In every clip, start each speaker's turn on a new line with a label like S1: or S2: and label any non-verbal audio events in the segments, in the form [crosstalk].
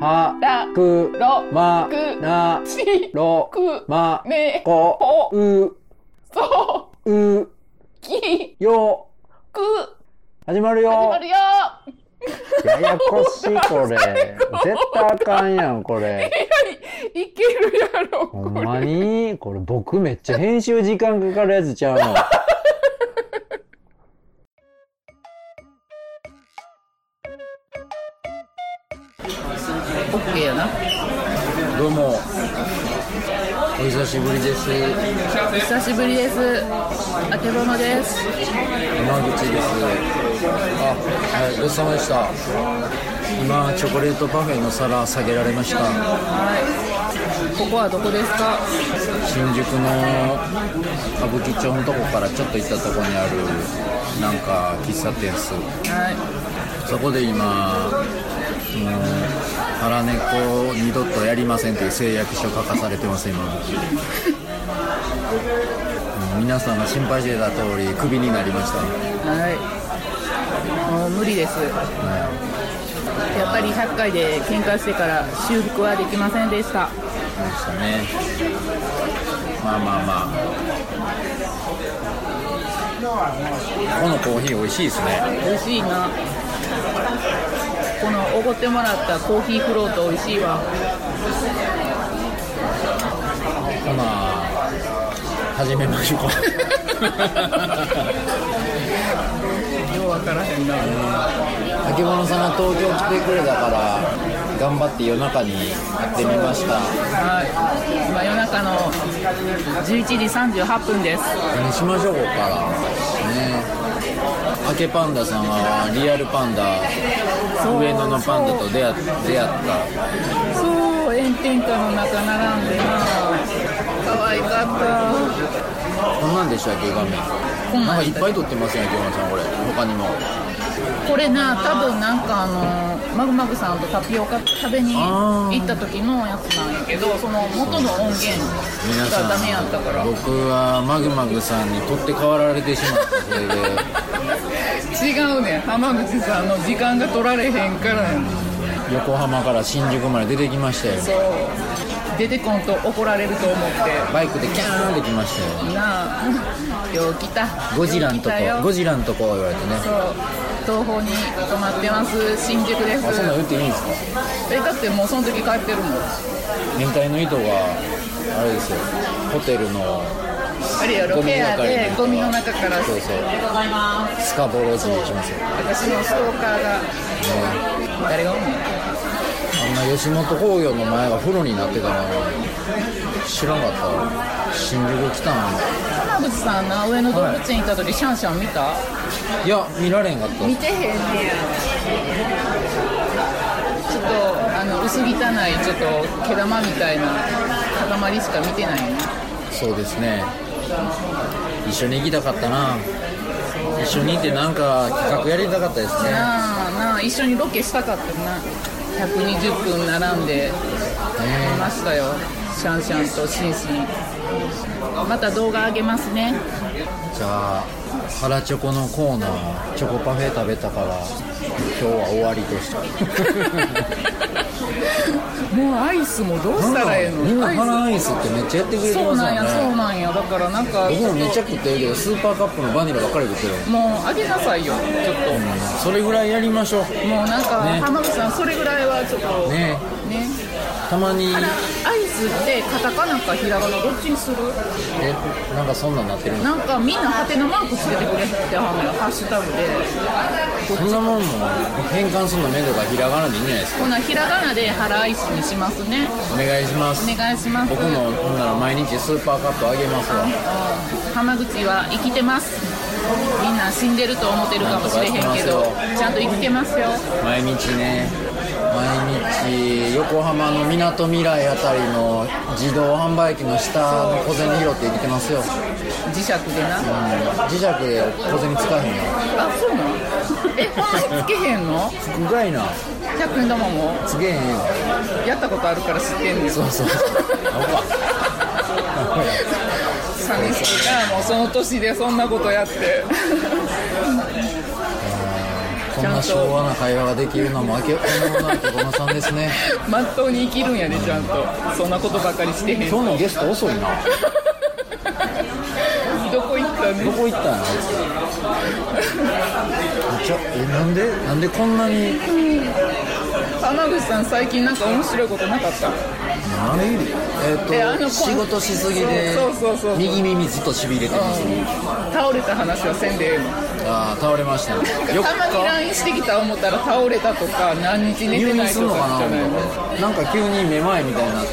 S1: は、
S2: ら、
S1: く、
S2: ろ、
S1: ま、
S2: く、
S1: な、
S2: ち、
S1: ろ、
S2: く、
S1: ま、
S2: ね、
S1: こ、
S2: ぽ、
S1: う、、
S2: そうう、き、
S1: よ、
S2: く、
S1: 始まる
S2: 始
S1: よ
S2: まるよ
S1: ややこしい、これ。絶対あかんやん、これ。
S2: いけるやろ、
S1: ほん
S2: こ
S1: ま
S2: れ。
S1: にこれ僕めっちゃ編集時間かかるやつちゃうの。
S3: オッケーやな
S4: どうもお久しぶりです山
S3: 久しぶりですあけぼのです
S4: 口ですあはいごちそうさまでした今チョコレートパフェの皿下げられました
S3: ここはどこですか
S4: 新宿の歌舞伎町のとこからちょっと行ったとこにあるなんか喫茶店っす
S3: は
S4: そこで今もう腹猫を二度とやりませんという誓約書書かされてます今僕もう皆さんが心配してた通りクビになりました
S3: いはいもう無理ですやっぱり100回で喧嘩してから修復はできませんでした
S4: そうでしたねまあまあまあこのコーヒー美味しいですね
S3: 美味しいなこのおごってもらったコーヒーフロート美味しいわ
S4: ほな始めましょうか
S3: ようわからへんな
S4: あけぼのさんが東京来てくれたから頑張って夜中にやってみました
S3: はい今夜中の11時38分です
S4: 何しましょうここからねあけパンダさんはリアルパンダ
S3: そう
S4: 上野のパンダと出会出会った
S3: そう炎天下の中並んでな可愛かっ
S4: こんなんでしたっけ画面
S3: こん
S4: な
S3: なんん
S4: か
S3: で
S4: い
S3: し
S4: ったぱい撮ってますね、今日のさん、これ、他にも。
S3: たこれな多分なんかあのマグマグさんとタピオカ食べに
S4: あー
S3: 行った時のやつなんやけどその元の音
S4: 皆
S3: 源
S4: さ
S3: が
S4: ん
S3: ダメやったから
S4: 僕はマグマグさんに取って代わられてしまったせいで
S3: [laughs] 違うねん浜口さんの時間が取られへんからやねん
S4: 横浜から新宿まで出てきましたよ
S3: そう出てこんと怒られると思って
S4: バイクでキャーンって来ましたよ
S3: な [laughs] あよう来た
S4: ゴジラんとこ
S3: よう来たよ
S4: ゴジラんとこ言われてね
S3: そう東宝に泊まってます新宿です
S4: あそんなん言っていいんですか
S3: えだってもうその時帰ってるもん
S4: 年体の糸があれですよホテルの
S3: あれやろペアでゴミの中から
S4: そうそう
S3: ありがとうございます
S4: スカボローズに行きますよ、ね、
S3: 私のストーカーが誰がおんねん
S4: あんな吉本興業の前が風呂になってたの知らんかった新宿来たな
S3: 浜口さんな上野動物園行った時シャンシャン見た
S4: いや見られんかった
S3: 見てへんねやちょっとあの薄汚いちょっと毛玉みたいな塊しか見てないね
S4: そうですね一緒に行きたかったな一緒に行ってなんか企画やりたかったですね
S3: なあなあ一緒にロケしたかったな120分並んで見ましたよシャンシャンとシンシンまた動画上げますね
S4: じゃあ腹チョコのコーナーチョコパフェ食べたから今日は終わりとした
S3: もうアイスもどうしたらええの
S4: みんな
S3: アイス
S4: 腹アイスってめっちゃやってくれて
S3: そう
S4: ます
S3: なんや
S4: よ
S3: そう
S4: ね
S3: なんやだからなんか
S4: 僕もめっちゃ
S3: ちょっ
S4: 食ってるけどスーパーカップのバニラばっかり食ってる
S3: ともうあげなさいよちょっと、
S4: それぐらいやりましょう
S3: もうなんか、
S4: ね
S3: 浜口さんそれぐらいはちょっとね
S4: ねたまに
S3: あらアイスってカタカナかひらがなどっちにする
S4: えなんかそんなんなってるの
S3: なんかみんなハテナマークつけてくれってはんのハッシュタグで
S4: そんなもんも変換するのめどがひらがなでいいんじゃないですか
S3: こんなひらがなで腹アイスにしますね
S4: お願いします
S3: お願いします
S4: 僕もほんなら毎日スーパーカップあげますわ
S3: 浜口は生きてますみんな死んでると思ってるかもしれへんけ
S4: なんとか生きて
S3: ど
S4: ます
S3: ちゃんと生きてますよ
S4: 毎日ね毎日横浜のみなとみらいあたりの自動販売機の下の小銭拾って生きてますよ、うん、
S3: 磁石でな
S4: 磁石で小銭使えへんよ
S3: あそうなのえこんなにつけへんの
S4: つくかいな
S3: 100円玉も
S4: つけへんよ
S3: やったことあるから知ってんねん
S4: そうそうそう
S3: 寂しいなもうその年でそんなことやって
S4: こんな昭和な会話ができるのもあけこのなんてこのさんですね
S3: まっとうに生きるんやでちゃんとそんなことばかりしてへん
S4: 今日のゲスト遅いな
S3: どこ行っ
S4: ど
S3: たね
S4: こ行ったんやあいつめっちゃえなんでなんでこんなに
S3: 浜口さん最近なんか面白いことなかった
S4: あれえっと
S3: えあのこ
S4: 仕事しすぎで
S3: そうそうそうそう
S4: 右耳ずっとしびれてますね
S3: 倒れた話はせんでええの
S4: ああ倒れましたね
S3: なんかたまに LINE してきた思ったら倒れたとか何日寝
S4: 入
S3: て
S4: 院
S3: ない
S4: す
S3: と
S4: るのか
S3: か
S4: な
S3: じゃないの
S4: なんか急にめまいみたいになっ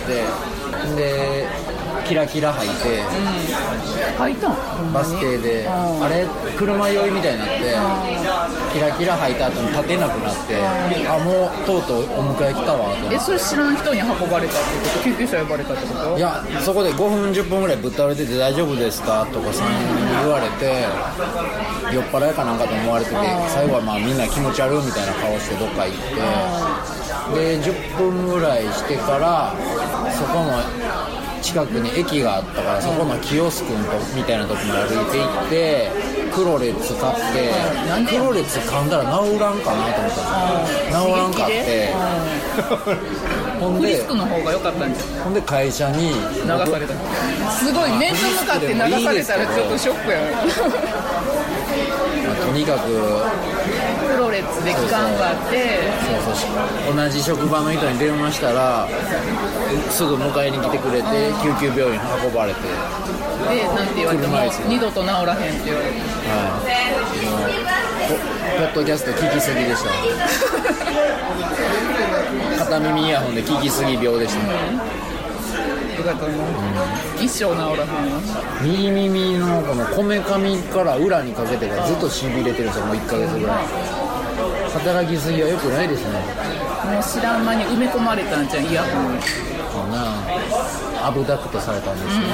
S4: てでキラキラ履いて、
S3: 書いたん
S4: バス停で、あれ車酔いみたいになってキラキラ履いた後に立てなくなって、あもうとうとうお迎え来たわと思って
S3: えそれ知らん人に運ばれたってこと救急車呼ばれたってこと
S4: いやそこで5分10分ぐらいぶっ倒れてて大丈夫ですかとかさんに言われて酔っ払いかなんかと思われてて最後はまあみんな気持ち悪いみたいな顔してどっか行ってで10分ぐらいしてからそこの近くに駅があったからそこのキオスくんとみたいなとこまで歩いて行ってクロレ使ってクロレ使んだら治らんかなと思ったんですよ治らんかってほん
S3: クリ
S4: で
S3: スクの方が良かったんじゃん
S4: ほんで会社に
S3: 流されたすごい面と向かって流されたらちょっとショックやろ
S4: まあとにかく
S3: プロレッツで頑張って
S4: そうそう同じ職場の人に電話したらすぐ迎えに来てくれて救急病院運ばれて、
S3: でなんて言われても
S4: 車椅子
S3: 二度と治らへんって言われて
S4: はい、もうポポッドキャスト聞きすぎでした片耳イヤホンで聞きすぎ病でした、
S3: よかったな一生治らへんわ
S4: 右耳のこのこめかみから裏にかけてがずっとしびれてるんですよもう1ヶ月ぐらい働きすぎはよくないですね
S3: もう知らん間に埋め込まれたんじゃんイヤホンに
S4: こんなアブダクトされたんですね、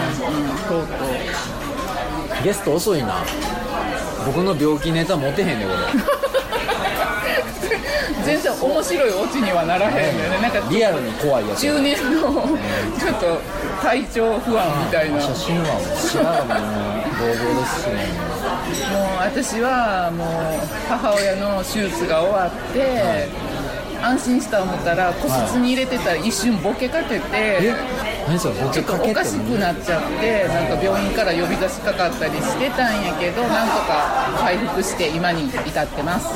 S3: とうとう
S4: ゲスト遅いな僕の病気ネタ持てへんねこ
S3: 全然面白いオチにはならへんのよねなんか
S4: れリアルに怖いやつ
S3: 中年のちょっと体調不安みたいなもう
S4: 写真はもう白髪もボーボーですしね
S3: 私はもう母親の手術が終わって安心した思ったら個室に入れてたら一瞬ボケかけ
S4: え
S3: て
S4: 何それボケかけ
S3: お
S4: て
S3: かしくなっちゃってなんか病院から呼び出しかかったりしてたんやけどなんとか回復して今に至ってます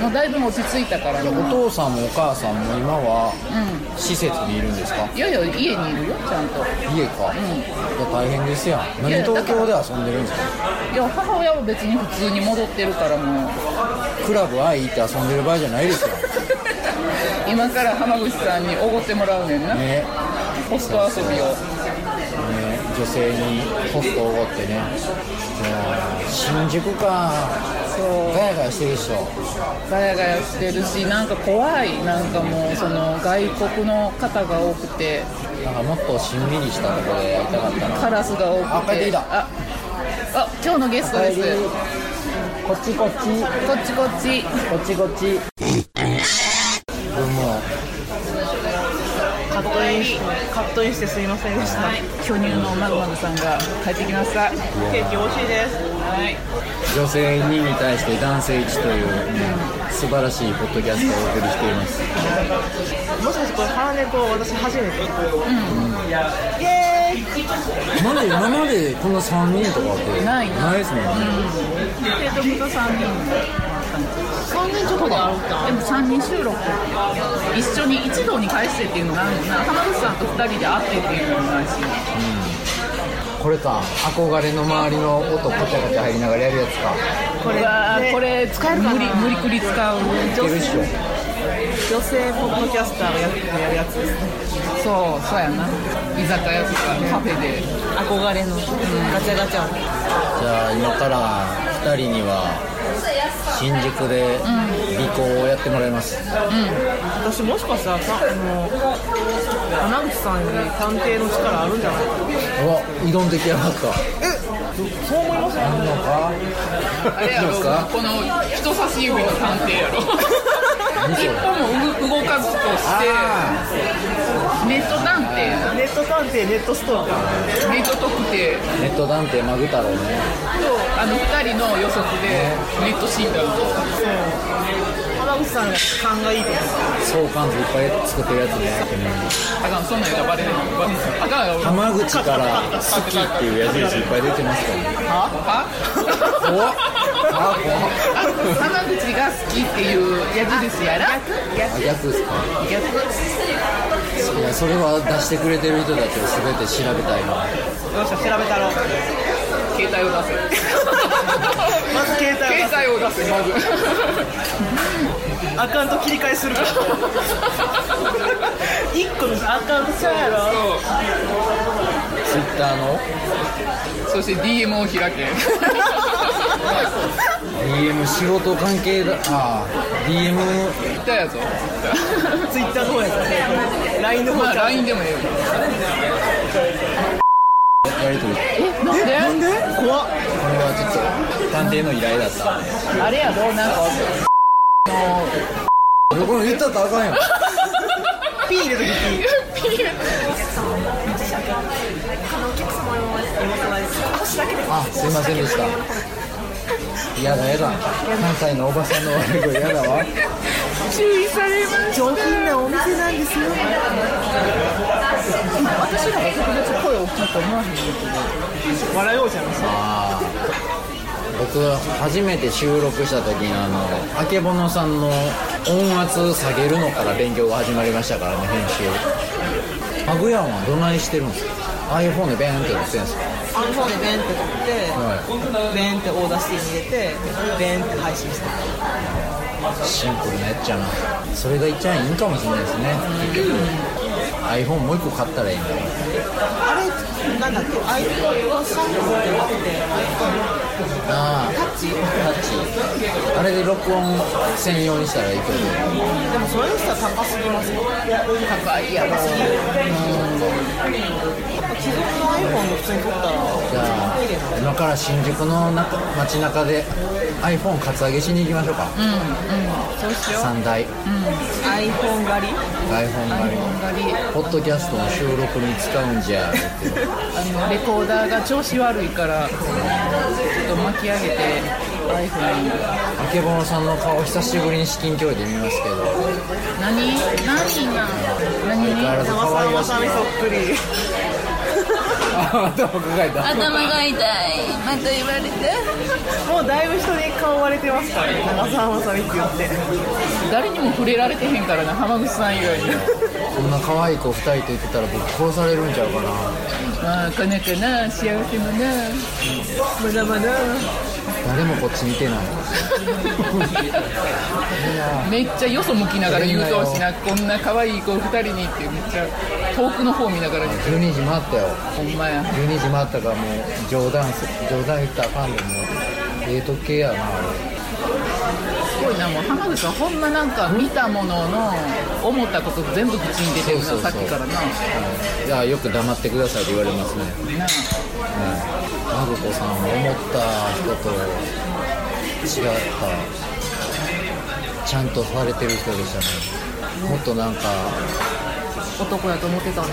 S3: もうだいぶ落ち着いたから
S4: いやお
S3: な
S4: 父さんもお母さんも今は施設にいるんですか
S3: いやいや家にいるよちゃんと
S4: 家か、いや大変ですやん何
S3: いや
S4: 東京で遊んでるんですか
S3: いや母親は別に普通に戻ってるからもう
S4: クラブ愛行って遊んでる場合じゃないですよ
S3: 今から浜口さんにおごってもらうねんな
S4: ね
S3: ホスト遊びを
S4: ね、女性にホストおごってね、もう新宿か、
S3: そう
S4: ガヤガヤしてるでしょ、
S3: ガヤガヤしてるしなんか怖いなんかもうその外国の方が多くて
S4: なんかもっとしんみりしたところでやりたかったな、
S3: カラスが多くて
S4: あ帰ってきた
S3: ああ今日のゲストで
S4: お
S3: す
S4: かえりこっちこっち、
S3: こっちこっち
S4: こっちこっち、でも
S5: カットインしカットインしてすいませんでした、
S3: 巨乳のマグマグさんが帰ってきました
S5: ケーキ美味しいです
S3: はい
S4: 女性2に対して男性1という、素晴らしいポッドキャストをお送りしています。
S5: もしかしてこれ腹猫私初めてイエーイ
S4: まだ今までこんな3人とかって
S3: ないな
S4: ないですもんね、
S5: えっと三人三人ちょっとあるか
S3: でも3人収録一緒に一堂に会してっていうのがあるのな浜口さんと2人で会ってっていうのもないし
S4: これか、憧れの周りの音、こちゃこちゃ入りながらやるやつか。
S3: これこれ使えるか無理無理くり使う
S4: いけるっしょ
S5: 女性ポッドキャスターがやってやるやつですね
S3: そうそうやな居酒屋とかカフェで
S5: 憧れの、ガチャガ
S4: じ
S5: チャ
S4: ゃあ今から2人には新宿で尾行をやってもらいます、
S5: 私もしかしたらさあの穴口さんに探偵の力あるんじゃないか
S4: うわうどん的やがった
S5: そう思います
S4: あんのか
S3: あれや
S4: どうです
S3: ろ
S4: か
S3: この人差し指の探偵やろ一歩も動かずとして
S4: あ
S3: ネット探偵
S5: ネット探偵ネットストーカー
S3: ネット特定
S4: ーネット探偵マグ太郎ね
S3: とあの2人の予測でネット診断と
S5: 長渕さんが勘がいいと思う
S4: 相関図いっぱい作ってるやつね、
S3: あかんそんなん言うたらバレるバレるあかんよ
S4: 浜口から「好き」っていう矢印いっぱい出てますからね
S3: あ
S4: 怖っあ
S3: 浜口が好きっていう矢印やら
S4: 怖っ逆ですか
S3: 逆
S4: いやそれは出してくれてる人たちを全て調べたいな
S5: よっしゃ調べたろう
S3: 携帯を出せ
S5: まず携帯を出
S3: 携帯を出せまず
S5: すアカウント切り替えするから [laughs] 一個のアカウントちゃうやろ
S4: ツイッターの
S3: そして DM を開け
S4: DM 仕事関係だあー DM
S3: 言ったやぞ
S5: Twitter の方やから LINE の方
S3: まあ
S5: ちゃう
S3: LINE でもええよ
S4: やり取り
S3: なんで
S5: 怖っ
S4: これはちょっと探偵の依頼だった
S3: あれやろなんか
S4: 俺これ言ったらあかんやん
S5: ピー入れときピー
S4: あすいませんでしたやだやだ関西のおばさんの悪い声やだわ
S2: 注意されます
S5: 上品なお店なんですよ
S3: 私らが特別声大きいと思わへん
S5: 笑い王者のさ
S4: あー僕初めて収録した時にあのあけぼのさんの音圧下げるのから勉強が始まりましたからね編集ハグヤンはどないしてるんですか iPhone でベーンって打ってんすか
S5: アンフォンでベンって取って、ベンってオーダーシティに入れてベンって配信した
S4: シンプルなやっちゃうなそれが一番いいんかもしれないですね結局 iPhone もう一個買ったらいいんだ
S5: あれなんだっけ iPhone のシャンプーってなって
S4: ああタッチタッチあれで録音専用にしたらいいけど
S5: でもそれにしたら高すぎますよ
S3: 高いやろ
S5: 既存の iPhone の普通に撮ったら
S4: じゃあ今から新宿の中街中で iPhone カツアゲしに行きましょうか
S3: そうしよう
S4: 三台
S5: iPhone 狩り
S4: iPhone があり
S3: あんまり
S4: ポッドキャストの収録に使うんじゃ
S3: あのレコーダーが調子悪いからちょっと巻き上げて iPhone に
S4: あけぼのさんの顔久しぶりに至近距離で見ますけど
S3: 何何が
S4: 相変わらず
S5: 山
S4: 可
S5: さん
S4: 愛
S5: ま
S4: らしい
S5: さみそっくり
S4: あ [laughs] 頭抱えた
S6: 頭が痛いまた言われて
S5: もうだいぶ人に顔割れてますからね山さんまさみって言って
S3: 誰にも触れられてへんからな浜口さん以外に
S4: こんな可愛い子2人と言ってたら僕殺されるんちゃうかな
S3: まあかなかな幸せのな
S5: まだまだ
S4: 誰もこっち見てない
S3: めっちゃよそ向きながら言うとうしなこんな可愛い子2人にってめっちゃ遠くの方見ながら言う
S4: 12時回ったよ
S3: ほんまや
S4: 12時回ったからもう冗談す冗談言ったらあかんでもうええ時計やな
S3: すごいなもう浜口さんほんまなんか見たものの思ったこと全部口に出てるな
S4: そうそうそう
S3: さっきからなな
S4: じゃあよく黙ってくださいって言われますねまぐこさんは思った人と違ったちゃんとされてる人でしたねもっとなんか
S5: 男やと思ってたん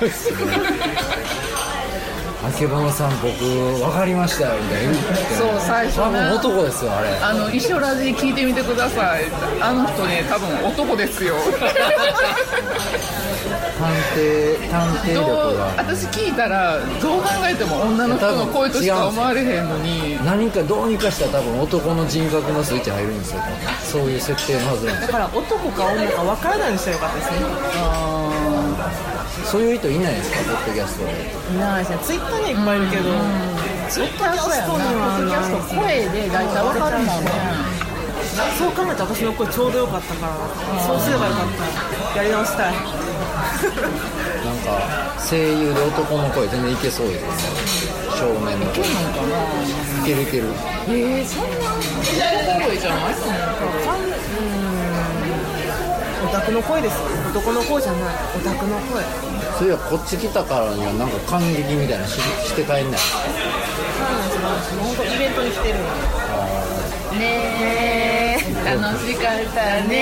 S5: ですよ
S4: 「あけぼのさん僕分かりましたよ」みたいな
S3: そう最初ね
S4: 多分男ですよあれ
S3: ああの一緒ラジ聞いてみてくださいあの人ね多分男ですよ
S4: 探偵探偵
S3: どう
S4: 力が
S3: 私聞いたらどう考えても女の人の声としか思われへんのに
S4: 何かどうにかしたら多分男の人格のスイッチ入るんですよそういう設定のはずなんで
S5: だから男か女か分からないようにしたらよかったですね
S4: すそういう人いないですかポッドキャストで
S5: いないですねツイッターにはいっぱいいるけどツイッターにはないですね
S3: 声で大体わかるもんね
S5: そう考えたら私の声ちょうど良かったからそうすればよかったやり直したい
S4: なんか声優で男の声全然いけそうですね正面の声いけるいける
S3: えー、そんな男声じゃない
S5: オタクの声ですよ男の声じゃないオタクの声
S4: そういやこっち来たからにはなんか感激みたいなしして帰んない
S5: 本当イベントに来てるの
S3: ねえ楽しかったね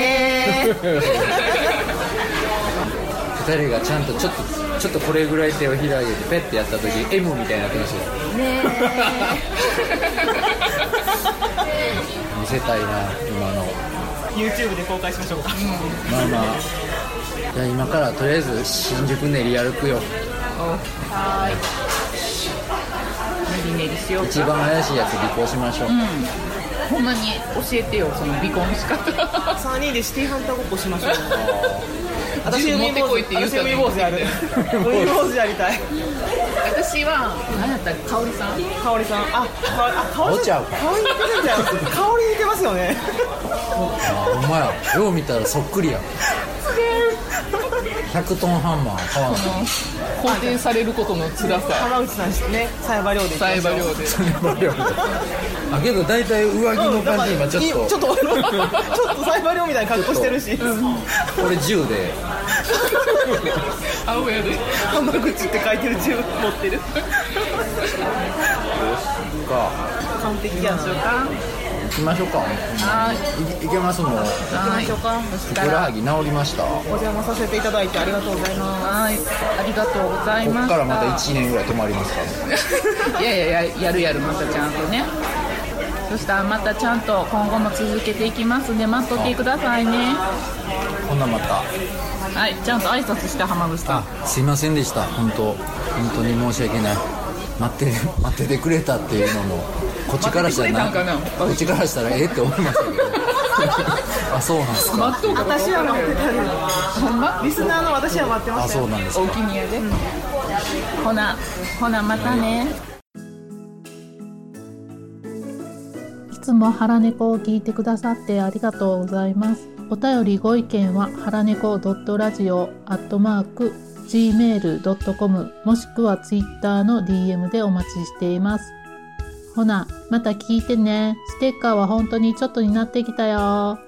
S4: 2人がちゃんとちょっとちょっとこれぐらい手を開いてペッてやった時 M みたいになってましたよ
S7: ね
S4: 見せたいな今の
S5: YouTube で公開しましょうか [laughs]
S4: まあまあじゃあ今からとりあえず新宿練り歩くよ
S3: ネリネリしよう
S4: 一番怪しいやつ尾行しましょう、うん、
S3: ほんまに教えてよその離婚の仕方
S5: 3人でシティハンターごっこしましょう私
S3: 銃持
S5: 海
S3: って
S5: 坊
S3: こ
S5: 主
S3: いって言う
S5: 私
S3: たのに
S5: 海坊主やる海坊主やりたい
S3: 私は何やったっけ香織さん
S5: 香織さんあ香織さん香織似てるんじゃん香織似てますよね
S4: あほんまやよう見たらそっくりや100トンハンマー買わな
S3: 肯定されることの辛さ
S5: 浜口さんしてねサイバー量でいきましょう
S3: サイバ量で
S4: あけど大体上着の
S5: だか
S4: 感
S5: ら
S4: じ今ち
S5: い
S4: ょっ
S5: ちょ
S4: と
S5: っとちょっとサイバー量みたいな格好してるし
S4: 俺銃で
S3: 青やで
S5: 浜口って書いてる銃持ってる
S4: か
S5: 完璧やな
S4: 行きましょうか
S3: はい
S4: い行けますもんふ
S3: はい
S4: くらはぎ治りましたこ
S5: お邪魔させていただいてありがとうございます
S3: はいありがとうございま
S4: っ
S3: す
S4: からまた1年ぐらい止まりますから
S3: いやいやいややるやるまたちゃんとねそしたらまたちゃんと今後も続けていきますんで待っとってくださいね
S4: ほんならまた
S3: はいちゃんと挨拶して浜口さん
S4: あすいませんでした本当本当に申し訳ない待って待っててくれたっていうのもこっちからしたら
S3: 待ってくれたんかな
S4: こっちからしたらええって思いましたけ
S3: [laughs]
S4: どあそうなんですか
S3: 待っとうか
S5: 私は待ってたる
S3: ほんま
S5: リスナーの私は待ってま
S4: あ
S5: した
S4: そ
S5: よ
S4: うなんです
S3: お
S4: か
S3: 気に入りで、ほなほなまたね
S7: いつも腹猫を聞いてくださってありがとうございますお便りご意見は腹猫ドットラジオアットマーク gmail.com もしくはツイッターの DM でお待ちしていますほなまた聞いてねステッカーは本当にちょっとになってきたよ